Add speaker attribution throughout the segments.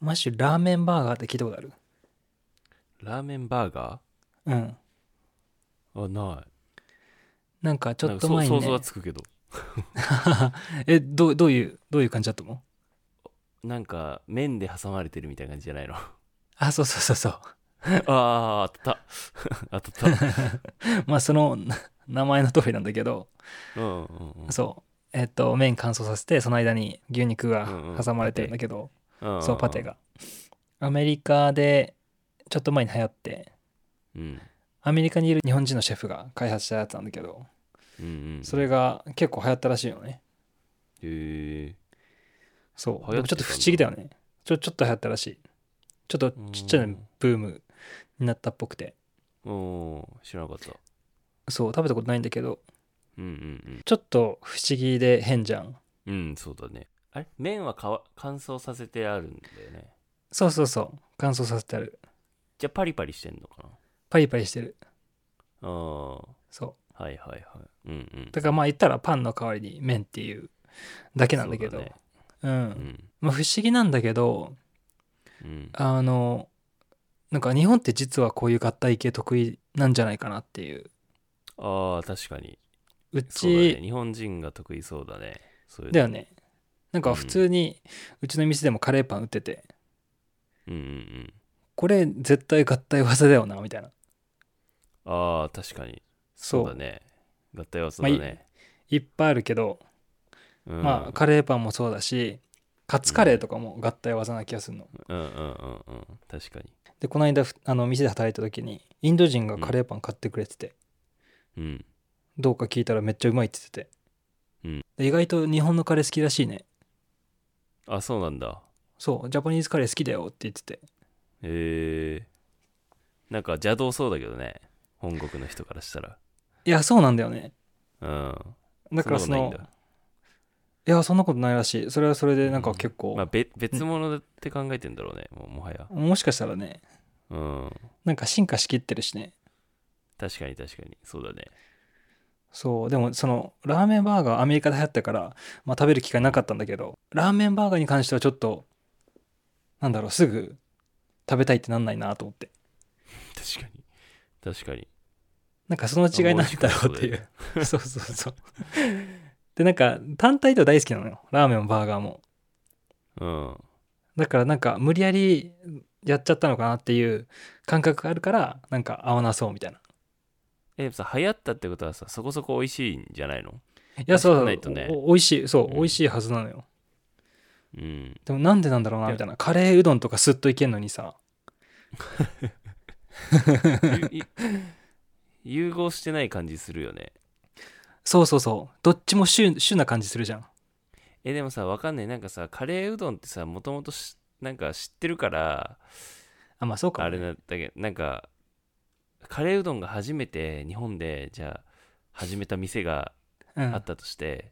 Speaker 1: マッシュラーメンバーガーって聞いたことある
Speaker 2: ラーメンバーガ
Speaker 1: うん
Speaker 2: ーあない
Speaker 1: なんかちょっと
Speaker 2: なん
Speaker 1: 前
Speaker 2: かそう
Speaker 1: に、
Speaker 2: 想像
Speaker 1: ね
Speaker 2: は、つくけど
Speaker 1: えどうどういうどういう感じだと思う
Speaker 2: なんか麺で挟まれてるみたいな感じじゃないのあ
Speaker 1: あそうそうそうそう
Speaker 2: あ当たった当た った
Speaker 1: まあそのな名前の通りなんだけど、
Speaker 2: うんうんうん
Speaker 1: そうえっと麺乾燥させてその間に牛肉が
Speaker 2: うんうん
Speaker 1: 挟まれてるんだけど、
Speaker 2: うんん
Speaker 1: そうパテがアメリカでちょっと前に流行って
Speaker 2: うん
Speaker 1: アメリカにいる日本人のシェフが開発したやつなんだけど
Speaker 2: うんうん
Speaker 1: それ
Speaker 2: へ
Speaker 1: が結構流行ったらしいよね
Speaker 2: え
Speaker 1: そう
Speaker 2: 流
Speaker 1: で
Speaker 2: 行
Speaker 1: も
Speaker 2: って
Speaker 1: ちょ
Speaker 2: た
Speaker 1: っ
Speaker 2: んだ
Speaker 1: と不思議だよねちょちょっと流行ったらしいちょっとちっちゃ
Speaker 2: う
Speaker 1: なんブームになったっぽくて
Speaker 2: おー知らなかった
Speaker 1: そう食べたことないんだけど
Speaker 2: うんうん
Speaker 1: ちょっと不思議で変じゃん
Speaker 2: うんうんそうだねあれ麺はかわ乾燥させてあるんだよね
Speaker 1: そうそうそう乾燥させてある
Speaker 2: じゃあパリパリしてんのかな
Speaker 1: パリパリしてる
Speaker 2: ああは
Speaker 1: そう
Speaker 2: いはいはいうんうん
Speaker 1: だからまあ言ったらパンの代わりに麺っていうだけなんだけど
Speaker 2: そううね
Speaker 1: んまあ不思議なんだけど
Speaker 2: うんうん
Speaker 1: あのなんか日本って実はこういう合体系得意なんじゃないかなっていう
Speaker 2: ああ確かに
Speaker 1: う
Speaker 2: そうだね
Speaker 1: ち
Speaker 2: 日本人が得意そうだねそういうの
Speaker 1: だよねなんか普通にうちの店でもカレーパン売ってて
Speaker 2: うんうんうん
Speaker 1: これ絶対合体技だよなみたいな
Speaker 2: ああ確かに
Speaker 1: そ
Speaker 2: そううだね合体はそうだね、
Speaker 1: いっぱいあるけど
Speaker 2: うん
Speaker 1: まあカレーパンもそうだしカツカレーとかも合体技な気がするの
Speaker 2: うんうんうんうん確かに
Speaker 1: でこの間ふあの店で働いた時にインド人がカレーパン買ってくれてて
Speaker 2: うん
Speaker 1: どうか聞いたらめっちゃうまいって言ってて、
Speaker 2: うん
Speaker 1: で意外と日本のカレー好きらしいね
Speaker 2: あそうなんだ
Speaker 1: そうジャパニーズカレー好きだよって言ってて
Speaker 2: へえなんか邪道そうだけどね本国の人からしたら
Speaker 1: いやそうなんだよね
Speaker 2: うん
Speaker 1: だからそ
Speaker 2: んな
Speaker 1: のい
Speaker 2: ことないんだ
Speaker 1: やそんなことないらしいそれはそれでなんか
Speaker 2: うん
Speaker 1: 結構、
Speaker 2: まあ、べ別物って考えてんだろうねもうもはや
Speaker 1: もしかしたらね
Speaker 2: うん
Speaker 1: なんか進化しきってるしね
Speaker 2: 確かに確かにそうだね
Speaker 1: そうでもそのラーメンバーガーアメリカで流行ったから、まあ、食べる機会なかったんだけどラーメンバーガーに関してはちょっとなんだろうすぐ食べたいってなんないなと思って
Speaker 2: 確かに確かに
Speaker 1: なんかその違いなんだろうっていう。 そうそうそう。で、なんか単体では大好きなのよ。ラーメンもバーガーも。
Speaker 2: うん
Speaker 1: だからなんか無理やりやっちゃったのかなっていう感覚があるから、なんか合わなそうみたいな。
Speaker 2: えさ流行ったってことはさそこそこ美味しいんじゃないの
Speaker 1: いや、そう
Speaker 2: 美味しくない
Speaker 1: そ
Speaker 2: と
Speaker 1: う、
Speaker 2: ね
Speaker 1: お美味しい、そう、
Speaker 2: うん
Speaker 1: 美味しいはずなのよ。
Speaker 2: うん
Speaker 1: でもなんでなんだろうない
Speaker 2: や
Speaker 1: みたいな。カレーうどんとかスッといけんのにさ。
Speaker 2: ゆ い融合してない感じするよね
Speaker 1: そうそうそう。どっちもシュシュな感じするじゃん。
Speaker 2: えでもさわかんないなんかさカレーうどんってさもともとしなんか知ってるから
Speaker 1: あ、まあそうかも
Speaker 2: あ
Speaker 1: ね、
Speaker 2: れなんだけどなんかカレーうどんが初めて日本でじゃあ始めた店が
Speaker 1: うん
Speaker 2: あったとして、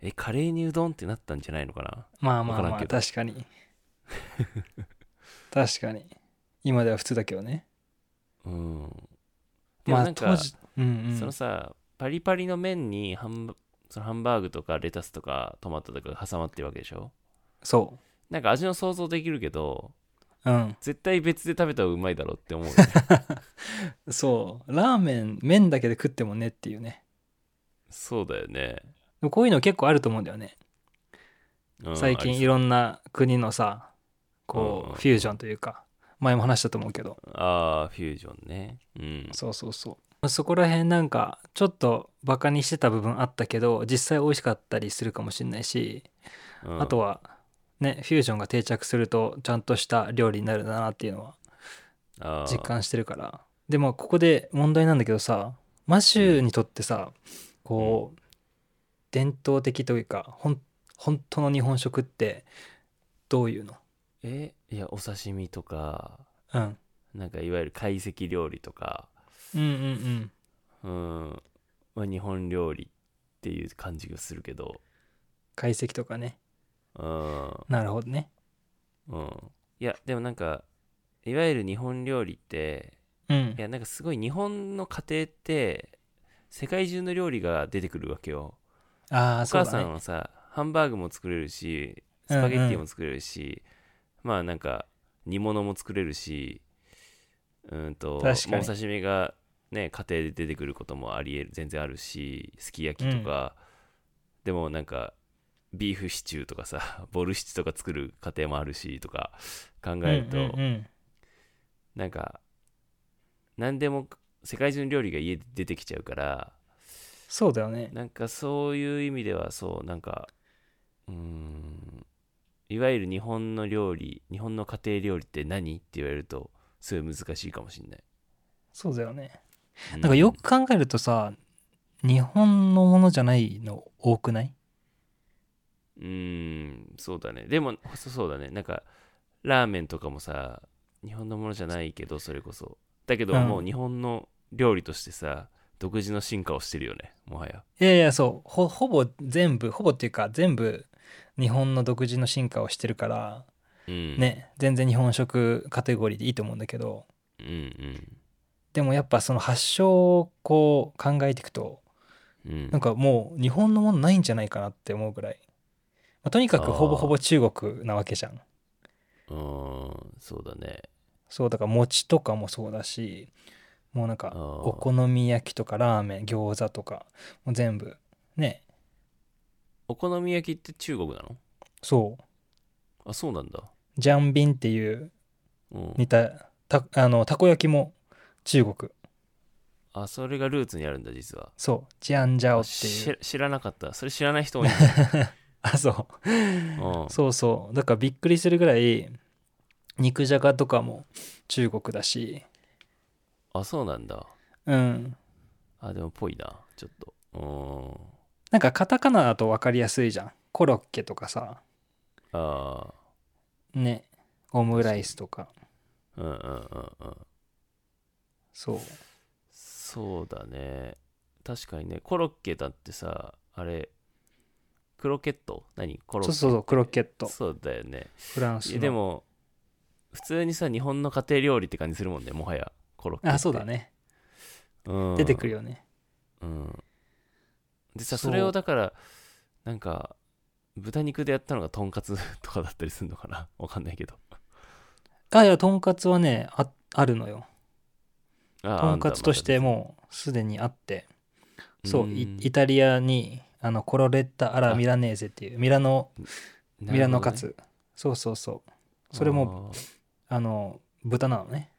Speaker 2: えカレーにうどんってなったんじゃないのかな
Speaker 1: まあまあま
Speaker 2: わからん
Speaker 1: あ、
Speaker 2: けど
Speaker 1: 確か に。確かに。今では普通だけどね。
Speaker 2: うんでも
Speaker 1: まあ
Speaker 2: なんか、
Speaker 1: 当時、うんうん、
Speaker 2: そのさパリパリの麺にハンバそのハンバーグとかレタスとかトマトとかが挟まってるわけでしょ
Speaker 1: そ
Speaker 2: なんか味の想像できるけど
Speaker 1: う。うん。
Speaker 2: 絶対別で食べた方がうまいだろうって思うよね、
Speaker 1: そう。ラーメン、麺だけで食ってもねっていうね。
Speaker 2: そうだよね、
Speaker 1: でもこういうの結構あると思うんだよね。
Speaker 2: うん
Speaker 1: 最近いろんな国のさ、こ
Speaker 2: うん
Speaker 1: う、フュージョンというか、前も話したと思うけど。
Speaker 2: ありそうあーフュージョンねうん
Speaker 1: そうそうそう。そこら辺なんか、ちょっとバカにしてた部分あったけど、実際美味しかったりするかもしれないし、あと
Speaker 2: は
Speaker 1: は、ね、フュージョンが定着すると、ちゃんとした料理になるんだなっていうのは実感してるからでもここで問題なんだけどさマシューにとってさ、こう伝統的というかほん本当の日本食ってどういうの
Speaker 2: えいやお刺身とか
Speaker 1: うん
Speaker 2: なんかいわゆる懐石料理とか
Speaker 1: うんうん
Speaker 2: うん、まあ、日本料理っていう感じがするけど
Speaker 1: 解析とかね
Speaker 2: うん
Speaker 1: なるほどね
Speaker 2: うんいやでもなんかいわゆる日本料理って
Speaker 1: うん
Speaker 2: いやなんかすごい日本の家庭って世界中の料理が出てくるわけよ
Speaker 1: ああ
Speaker 2: お
Speaker 1: そう
Speaker 2: 母
Speaker 1: だ
Speaker 2: さん
Speaker 1: ね
Speaker 2: はさ、ハンバーグも作れるしスパゲッティも作れるし、まあなんか煮物も作れるしうんと
Speaker 1: 確かに
Speaker 2: まあお刺身がね家庭で出てくることもありえる全然あるしすき焼きとか、でもなんかビーフシチューとかさ ボルシチとか作る家庭もあるしとか考えると、
Speaker 1: うんうんうん
Speaker 2: なんか何でも世界中の料理が家で出てきちゃうから
Speaker 1: そうだよね
Speaker 2: なんかそういう意味ではそうなんかうーんいわゆる日本の料理日本の家庭料理って何って言われるとすごい難しいかもしんない、
Speaker 1: そうだよね
Speaker 2: う
Speaker 1: なんかよく考えるとさ日本のものじゃないの多くないう
Speaker 2: ーんそうだねでもそうそうだねなんかラーメンとかもさ日本のものじゃないけどそれこそだけど
Speaker 1: うん
Speaker 2: もう日本の料理としてさ独自の進化をしてるよねもはや
Speaker 1: いやいやそうほほぼ全部ほぼっていうか全部日本の独自の進化をしてるから、
Speaker 2: うん
Speaker 1: ね全然日本食カテゴリーでいいと思うんだけど
Speaker 2: うんうん
Speaker 1: でもやっぱその発祥をこう考えていくと
Speaker 2: うん
Speaker 1: なんかもう日本のものないんじゃないかなって思うぐらい、まあとにか
Speaker 2: あ
Speaker 1: く
Speaker 2: ー
Speaker 1: ほぼほぼ中国なわけじゃん
Speaker 2: うーんそうだね
Speaker 1: そうだから餅とかもそうだしもうなんか
Speaker 2: あー
Speaker 1: お好み焼きとかラーメン餃子とかもう全部ね
Speaker 2: お好み焼きって中国なの
Speaker 1: そう
Speaker 2: あそうなんだ、
Speaker 1: ジャンビンっていう
Speaker 2: うん、
Speaker 1: 似たたあのたこ焼きも中国
Speaker 2: あそれがルーツにあるんだ実は
Speaker 1: そうジャンジャオ
Speaker 2: あ
Speaker 1: ってい
Speaker 2: 知
Speaker 1: う
Speaker 2: ら知らなかったそれ知らない人多いね
Speaker 1: あそう
Speaker 2: うん
Speaker 1: そうそうだからびっくりするぐらい肉じゃがとかも中国だし
Speaker 2: あそうなんだ
Speaker 1: うん
Speaker 2: あでもぽいなちょっとう
Speaker 1: なんかカタカナだと分かりやすいじゃんコロッケとかさ
Speaker 2: ーんあ
Speaker 1: ねオムライスとか
Speaker 2: ーうんうんうんうん
Speaker 1: そう
Speaker 2: そうだね確かにねコロッケだってさあれクロケット何コロッ
Speaker 1: そう
Speaker 2: ケ
Speaker 1: そうそうクロッケット
Speaker 2: そうだよね
Speaker 1: フランス
Speaker 2: い
Speaker 1: の
Speaker 2: やでも普通にさ日本の家庭料理って感じするもんねもはやコロッケって
Speaker 1: あそうだ、ね
Speaker 2: うん、
Speaker 1: 出てくるよね
Speaker 2: うん、でさ
Speaker 1: そ
Speaker 2: そうれをだからなんか豚肉でやったのがとんかつ とかだったりするのかな わかんないけど
Speaker 1: あいやとんかつはねああるのよ
Speaker 2: あ
Speaker 1: とんかつとして、
Speaker 2: あんだま
Speaker 1: もうすでにあって
Speaker 2: だ
Speaker 1: そう
Speaker 2: ー
Speaker 1: い
Speaker 2: ん
Speaker 1: イタリアにあのコロレッタ・アラ・ミラネーゼっていうミラノ
Speaker 2: た
Speaker 1: ミラノ
Speaker 2: なるほど
Speaker 1: カ
Speaker 2: ね
Speaker 1: ツ、そうそうそうそれもあの豚なのね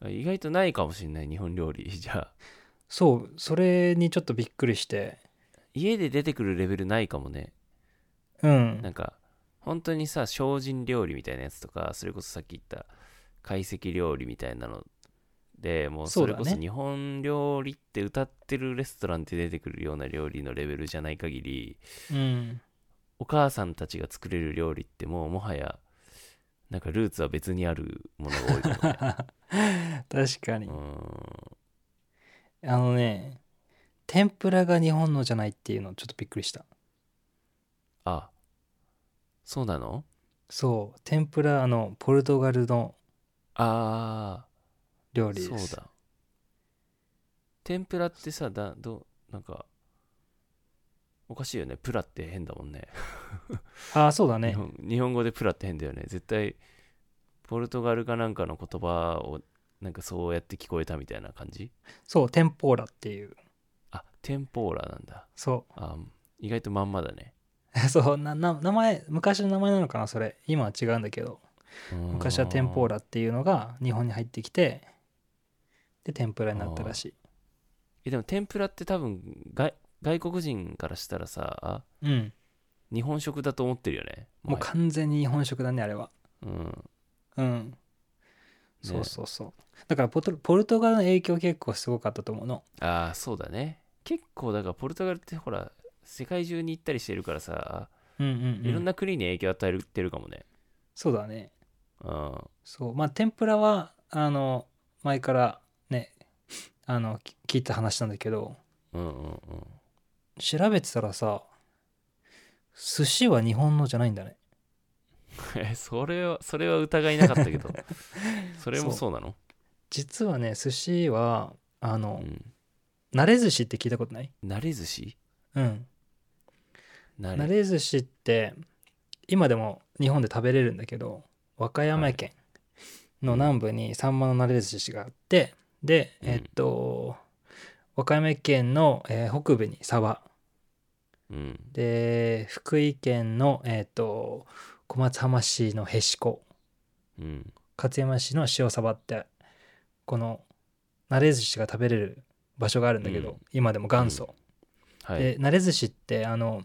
Speaker 2: あー意外とないかもしれない日本料理じゃ あ
Speaker 1: そうそれにちょっとびっくりして
Speaker 2: 家で出てくるレベルないかもね
Speaker 1: う
Speaker 2: なん
Speaker 1: ん
Speaker 2: か本当にさ精進料理みたいなやつとかそれこそさっき言った懐石料理みたいなのでもう
Speaker 1: そ
Speaker 2: そう
Speaker 1: だ
Speaker 2: れ
Speaker 1: ね
Speaker 2: こそ日本料理って歌ってるレストランで出てくるような料理のレベルじゃない限り
Speaker 1: うん
Speaker 2: お母さんたちが作れる料理ってもうもはやなんかルーツは別にあるものが多い かもね
Speaker 1: 確か
Speaker 2: う
Speaker 1: に
Speaker 2: ーん
Speaker 1: あのね天ぷらが日本のじゃないっていうのちょっとびっくりした
Speaker 2: あそうなの
Speaker 1: そう天ぷらあのポルトガルの
Speaker 2: あ
Speaker 1: 料
Speaker 2: あ
Speaker 1: 理
Speaker 2: そ
Speaker 1: で
Speaker 2: う
Speaker 1: す
Speaker 2: だ天ぷらってさだどうなんかおかしいよねプラって変だもんね
Speaker 1: ああそうだ
Speaker 2: 日
Speaker 1: ね
Speaker 2: 本日本語でプラって変だよね絶対ポルトガルかなんかの言葉をなんかそうやって聞こえたみたいな感じ
Speaker 1: そう天ぽーラっていう
Speaker 2: あテンポーラなんだ
Speaker 1: そ
Speaker 2: あ意外とまんまだね
Speaker 1: う そうなな名前昔の名前なのかなそれ今は違うんだけど昔は天ぽー
Speaker 2: ラ
Speaker 1: ラっていうのが日本に入ってきてで天ぷらになったらし
Speaker 2: えでも天ぷらって多分外外国人からしたらさ
Speaker 1: いうん
Speaker 2: 日本食だと思ってるよね
Speaker 1: もう
Speaker 2: は
Speaker 1: 完全に日本食だねあれは
Speaker 2: やうん
Speaker 1: うん、そうそうそうだからポトポルトガルの影響結構すごかったと思うの
Speaker 2: ああそうだね結構だからポルトガルってほら世界中に行ったりしてるからさ
Speaker 1: うんうん、
Speaker 2: いろんな国に影響与えてるかもね
Speaker 1: そうだね
Speaker 2: うん
Speaker 1: そうまあ天ぷらはあの前からねあのき聞いた話なんだけど
Speaker 2: うんうんうん
Speaker 1: 調べてたらさ寿司は日本のじゃないんだね
Speaker 2: えそれはそれは疑いなかった けどそれもそうなの
Speaker 1: 実はね寿司はあの、
Speaker 2: うん
Speaker 1: 慣れ寿司って聞いたことない
Speaker 2: 慣れ寿司
Speaker 1: うん
Speaker 2: 慣
Speaker 1: 慣れ寿司って今でも日本で食べれるんだけど和歌山県の南部にサンマのなれずしがあってで
Speaker 2: うん
Speaker 1: えっと和歌山県の、えー北部にサバ
Speaker 2: うん。
Speaker 1: で福井県のえっと小松浜市のへしこ
Speaker 2: うん。
Speaker 1: 勝山市の塩サバってこのなれ寿司が食べれる場所があるんだけど、
Speaker 2: うん
Speaker 1: 今でも元祖、
Speaker 2: はい。
Speaker 1: でなれ寿司ってあの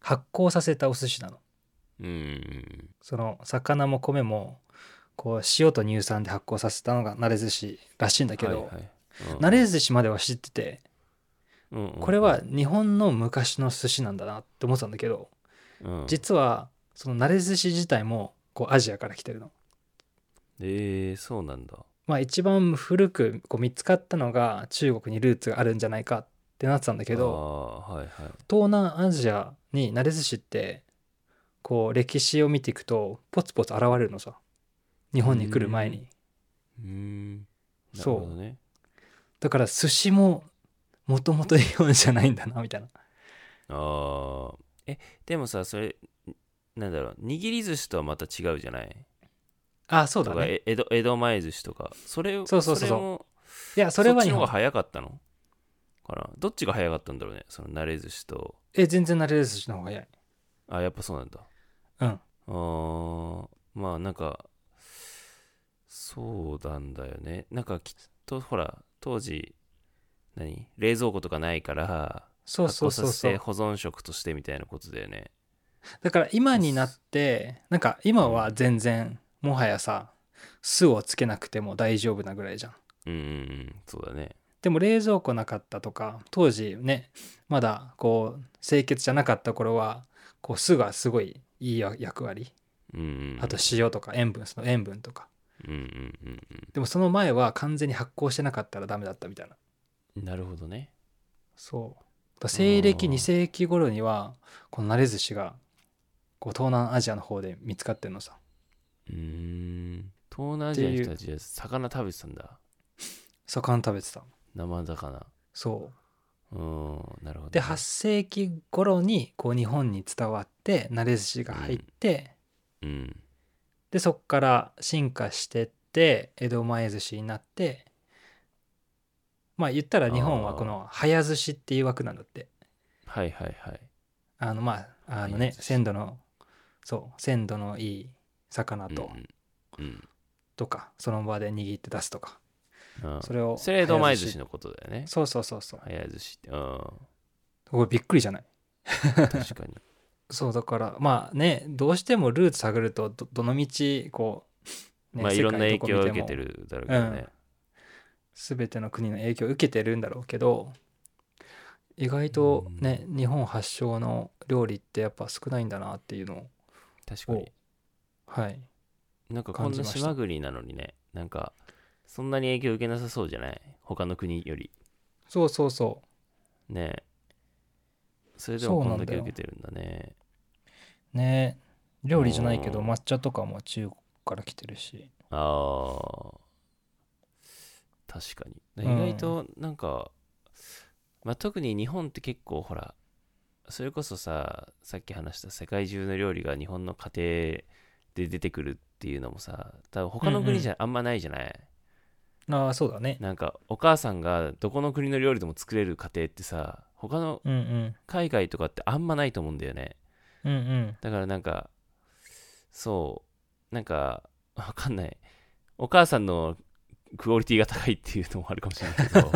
Speaker 1: 発酵させたお寿司なの
Speaker 2: うん。
Speaker 1: その魚も米もこう塩と乳酸で発酵させたのがなれ寿司らしいんだけど、
Speaker 2: はいはいうん
Speaker 1: なれ寿司までは知ってて
Speaker 2: うんうん
Speaker 1: これは日本の昔の寿司なんだなって思ってたんだけど、
Speaker 2: うん
Speaker 1: 実はそのなれ寿司自体もこうアジアから来てるの。
Speaker 2: えー、そうなんだ。
Speaker 1: まあ、一番古くこう見つかったのが中国にルーツがあるんじゃないかってなってたんだけど
Speaker 2: あーはいはい。
Speaker 1: 東南アジアになれ寿司ってこう歴史を見ていくとポツポツ現れるのさ日本に来る前
Speaker 2: う
Speaker 1: に
Speaker 2: うーん。なる
Speaker 1: そう
Speaker 2: ほどね。
Speaker 1: だから寿司ももともと日本じゃないんだなみたいな
Speaker 2: ああ。え、でもさ、それ、なんだろう、握り寿司とはまた違うじゃない
Speaker 1: あそう
Speaker 2: と
Speaker 1: だ
Speaker 2: か、
Speaker 1: ね
Speaker 2: え江戸江戸前寿司とか、それを、
Speaker 1: そうそうそうそう
Speaker 2: れも
Speaker 1: いやそれは
Speaker 2: っち
Speaker 1: 日
Speaker 2: の方
Speaker 1: 本
Speaker 2: が早かったのかなどっちが早かったんだろうね、その慣れ寿司と。
Speaker 1: え全然なれ寿司の方が早い
Speaker 2: あ、やっぱそうなんだ。
Speaker 1: うん
Speaker 2: あーまあなんかそうなんだよねなんかきっとほら当時何冷蔵庫とかないから
Speaker 1: そうそう
Speaker 2: 発
Speaker 1: そう
Speaker 2: 酵
Speaker 1: そ
Speaker 2: させて
Speaker 1: う
Speaker 2: 保存食としてみたいなことだよね
Speaker 1: だから今になってなんか今は全然もはやさ酢をつけなくても大丈夫なぐらいじゃん
Speaker 2: うんうんうんそうだね
Speaker 1: でも冷蔵庫なかったとか当時ねまだこう清潔じゃなかった頃はこう酢がすごいいい役割
Speaker 2: うんうん
Speaker 1: あと塩とか塩分その塩分とか
Speaker 2: うんうんうん
Speaker 1: でもその前は完全に発酵してなかったらダメだったみたいな
Speaker 2: うんなるほどね
Speaker 1: そうだから西暦
Speaker 2: うん
Speaker 1: 2世紀頃にはこのなれ寿司がこう東南アジアの方で見つかってるのさ
Speaker 2: うーん東南アジアの人たちは魚食べてたんだ
Speaker 1: 魚食べてた
Speaker 2: 生魚
Speaker 1: そう
Speaker 2: うんなるほどね、
Speaker 1: で8世紀頃にこう日本に伝わってなれ寿司が入って、
Speaker 2: うん
Speaker 1: でそこから進化してって江戸前寿司になってまあ言ったら日本はこの早寿司っていう枠なんだって
Speaker 2: はいはいはい
Speaker 1: あのまああのね
Speaker 2: 早寿司
Speaker 1: 鮮度のそう鮮度のいい魚と、
Speaker 2: うんうん
Speaker 1: とかその場で握って出すとか
Speaker 2: うん、うん
Speaker 1: それを
Speaker 2: それ江戸前寿
Speaker 1: 早
Speaker 2: 司のことだよね
Speaker 1: そうそうそうそう
Speaker 2: 早寿司ってうん
Speaker 1: これびっくりじゃない
Speaker 2: 確かに
Speaker 1: そうだからまあねどうしてもルーツ探るとどどの道こ う、ね
Speaker 2: まあいろんな影響を受けて
Speaker 1: る
Speaker 2: るだろうけどね、
Speaker 1: 全ての国の影響を受けてるんだろうけど意外とね、日本発祥の料理ってやっぱ少ないんだなっていうのを
Speaker 2: 確かに
Speaker 1: はい
Speaker 2: なんかこん
Speaker 1: 感じ
Speaker 2: な
Speaker 1: ました
Speaker 2: 島国なのにねなんかそんなに影響受けなさそうじゃない他の国より
Speaker 1: そうそうそう
Speaker 2: ねえそれでも
Speaker 1: そう
Speaker 2: こ
Speaker 1: なんん
Speaker 2: だ
Speaker 1: だ
Speaker 2: け
Speaker 1: よ
Speaker 2: 受けてるんだね
Speaker 1: ね料理じゃないけど
Speaker 2: うん
Speaker 1: 抹茶とかも中国から来てるし
Speaker 2: ああ確かに意
Speaker 1: うん
Speaker 2: 外となんか、まあ、特に日本って結構ほらそれこそささっき話した世界中の料理が日本の家庭で出てくるっていうのもさ多分他の国じゃあんまないじゃない、
Speaker 1: ああそうだね
Speaker 2: なんかお母さんがどこの国の料理でも作れる家庭ってさ他の
Speaker 1: うんうん
Speaker 2: 海外とかってあんまないと思うんだよね
Speaker 1: うんうん
Speaker 2: だからなんかそうなんかわかんないお母さんのクオリティが高いっていうのもあるかもしれない けど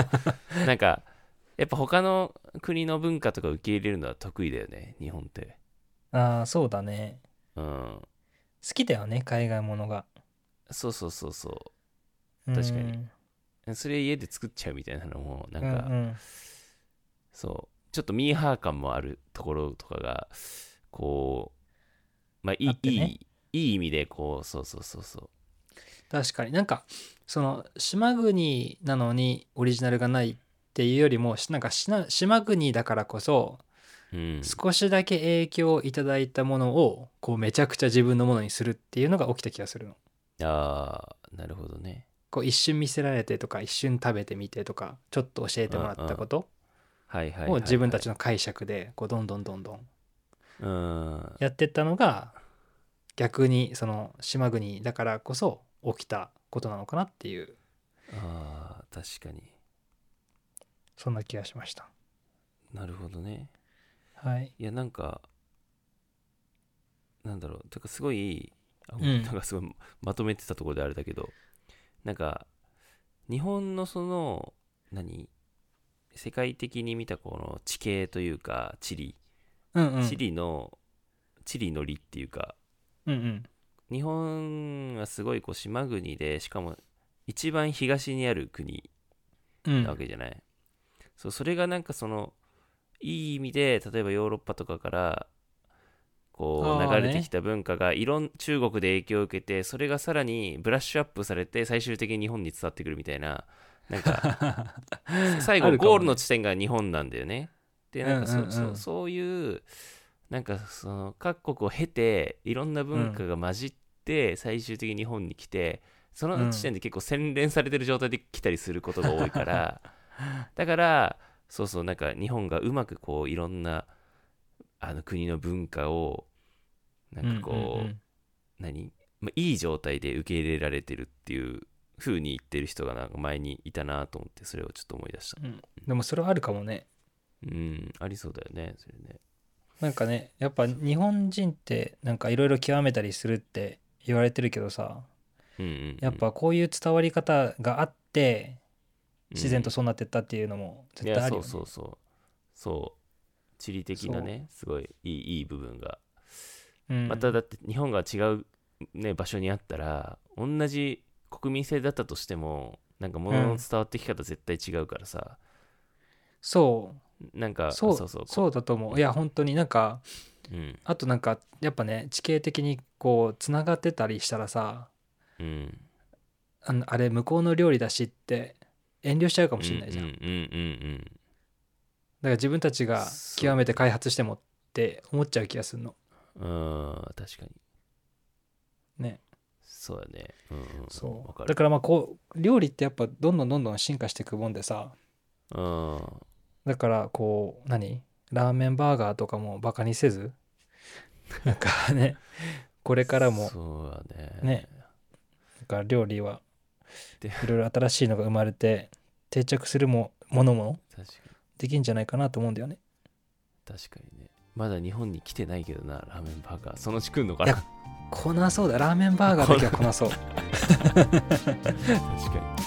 Speaker 2: なんかやっぱ他の国の文化とか受け入れるのは得意だよね日本って
Speaker 1: ああそうだね
Speaker 2: うん
Speaker 1: 好きだよね海外ものが
Speaker 2: そうそうそうそ
Speaker 1: 確
Speaker 2: かにうそれ家で作っちゃうみたいなのもなん
Speaker 1: うんう
Speaker 2: か、
Speaker 1: ん
Speaker 2: そうちょっとミーハー感もあるところとかがこうまあいい,、
Speaker 1: あってね
Speaker 2: いいいい意味でこうそうそうそうそう
Speaker 1: 確かになんかその島国なのにオリジナルがないっていうよりもしなんかしな島国だからこそ
Speaker 2: うん、
Speaker 1: 少しだけ影響をいただいたものをこうめちゃくちゃ自分のものにするっていうのが起きた気がするの。
Speaker 2: ああなるほどね
Speaker 1: こう一瞬見せられてとか一瞬食べてみてとかちょっと教えてもらったこと
Speaker 2: はいはいはい、
Speaker 1: を
Speaker 2: はい、
Speaker 1: 自分たちの解釈でこうどんどんどんどん
Speaker 2: うん
Speaker 1: やってったのが逆にその島国だからこそ起きたことなのかなっていう
Speaker 2: あー確かに
Speaker 1: そんな気がしました
Speaker 2: なるほどね
Speaker 1: はい
Speaker 2: いやなんかなんだろうてかすごいあ
Speaker 1: うん
Speaker 2: なんかすごいまとめてたところであれだけどなんか日本のその何世界的に見たこの地形というか地理
Speaker 1: うんうん
Speaker 2: 地理の、地理の理っていうか
Speaker 1: うんうん
Speaker 2: 日本はすごいこう島国でしかも一番東にある国
Speaker 1: うん
Speaker 2: なわけじゃない、そうそれがなんかそのいい意味で例えばヨーロッパとかからこ
Speaker 1: あ
Speaker 2: う
Speaker 1: ー
Speaker 2: 流れてきた文化がいろん中国で影響を受けてそれがさらにブラッシュアップされて最終的に日本に伝わってくるみたいななんか最
Speaker 1: あ
Speaker 2: 後
Speaker 1: るかもね
Speaker 2: ゴールの地点が日本なんだよね。でなんかそ,、
Speaker 1: うんうんうん
Speaker 2: そそういうなんかその各国を経ていろんな文化が混じって最終的に日本に来て、その時点で結構洗練されてる状態で来たりすることが多い から、だからそうそうなんか日本がうまくこういろんなあの国の文化を なんかこう,、
Speaker 1: んんん
Speaker 2: 何、まあ、いい状態で受け入れられてるっていう風に言ってる人がなんか前にいたなと思ってそれをちょっと思い出した
Speaker 1: でもそれはあるかもね
Speaker 2: うんありそうだよねそれね
Speaker 1: なんかねやっぱ日本人ってなんかいろいろ極めたりするって言われてるけどさ
Speaker 2: うんうんうん
Speaker 1: やっぱこういう伝わり方があって自然と
Speaker 2: うん
Speaker 1: そうなってったっていうのも絶
Speaker 2: い
Speaker 1: 対
Speaker 2: や
Speaker 1: ある
Speaker 2: そ
Speaker 1: よ
Speaker 2: う
Speaker 1: ね
Speaker 2: そうそうそう地理的なねすごいいいいい部分が
Speaker 1: うん
Speaker 2: まただって日本が違う、ね、場所にあったら同じ国民性だったとしてもなんか物
Speaker 1: うん
Speaker 2: の伝わってき方絶対違うからさ、
Speaker 1: そう
Speaker 2: なんか
Speaker 1: そう
Speaker 2: そうそう
Speaker 1: そうだと思ういや本当になんか
Speaker 2: うん
Speaker 1: あとなんかやっぱね地形的にこうつながってたりしたらさ
Speaker 2: うん
Speaker 1: あのあれ向こうの料理だしって遠慮しちゃうかもしれないじゃん、
Speaker 2: うんうんうん
Speaker 1: だから自分たちが
Speaker 2: そう
Speaker 1: 極めて開発してもって思っちゃう気がするの
Speaker 2: うんうん確かに
Speaker 1: ね
Speaker 2: そうだねうん、うん、
Speaker 1: そ
Speaker 2: わか
Speaker 1: う
Speaker 2: る
Speaker 1: だからまあこう料理ってやっぱどんどんどんどん進化していくもんでさ
Speaker 2: うん
Speaker 1: だからこう何ラーメンバーガーとかもバカにせ ずなんかねこれからも
Speaker 2: そうだね
Speaker 1: ねなんか料理は
Speaker 2: で
Speaker 1: いろいろ新しいのが生まれて定着するもものも
Speaker 2: 確か
Speaker 1: できんじゃないかなと思うんだよね
Speaker 2: に確かにねまだ日本に来てないけどなラーメンバーガーそのうち来んのか
Speaker 1: い
Speaker 2: な
Speaker 1: やこなそうだラーメンバーガーだけはこなそう
Speaker 2: 確かに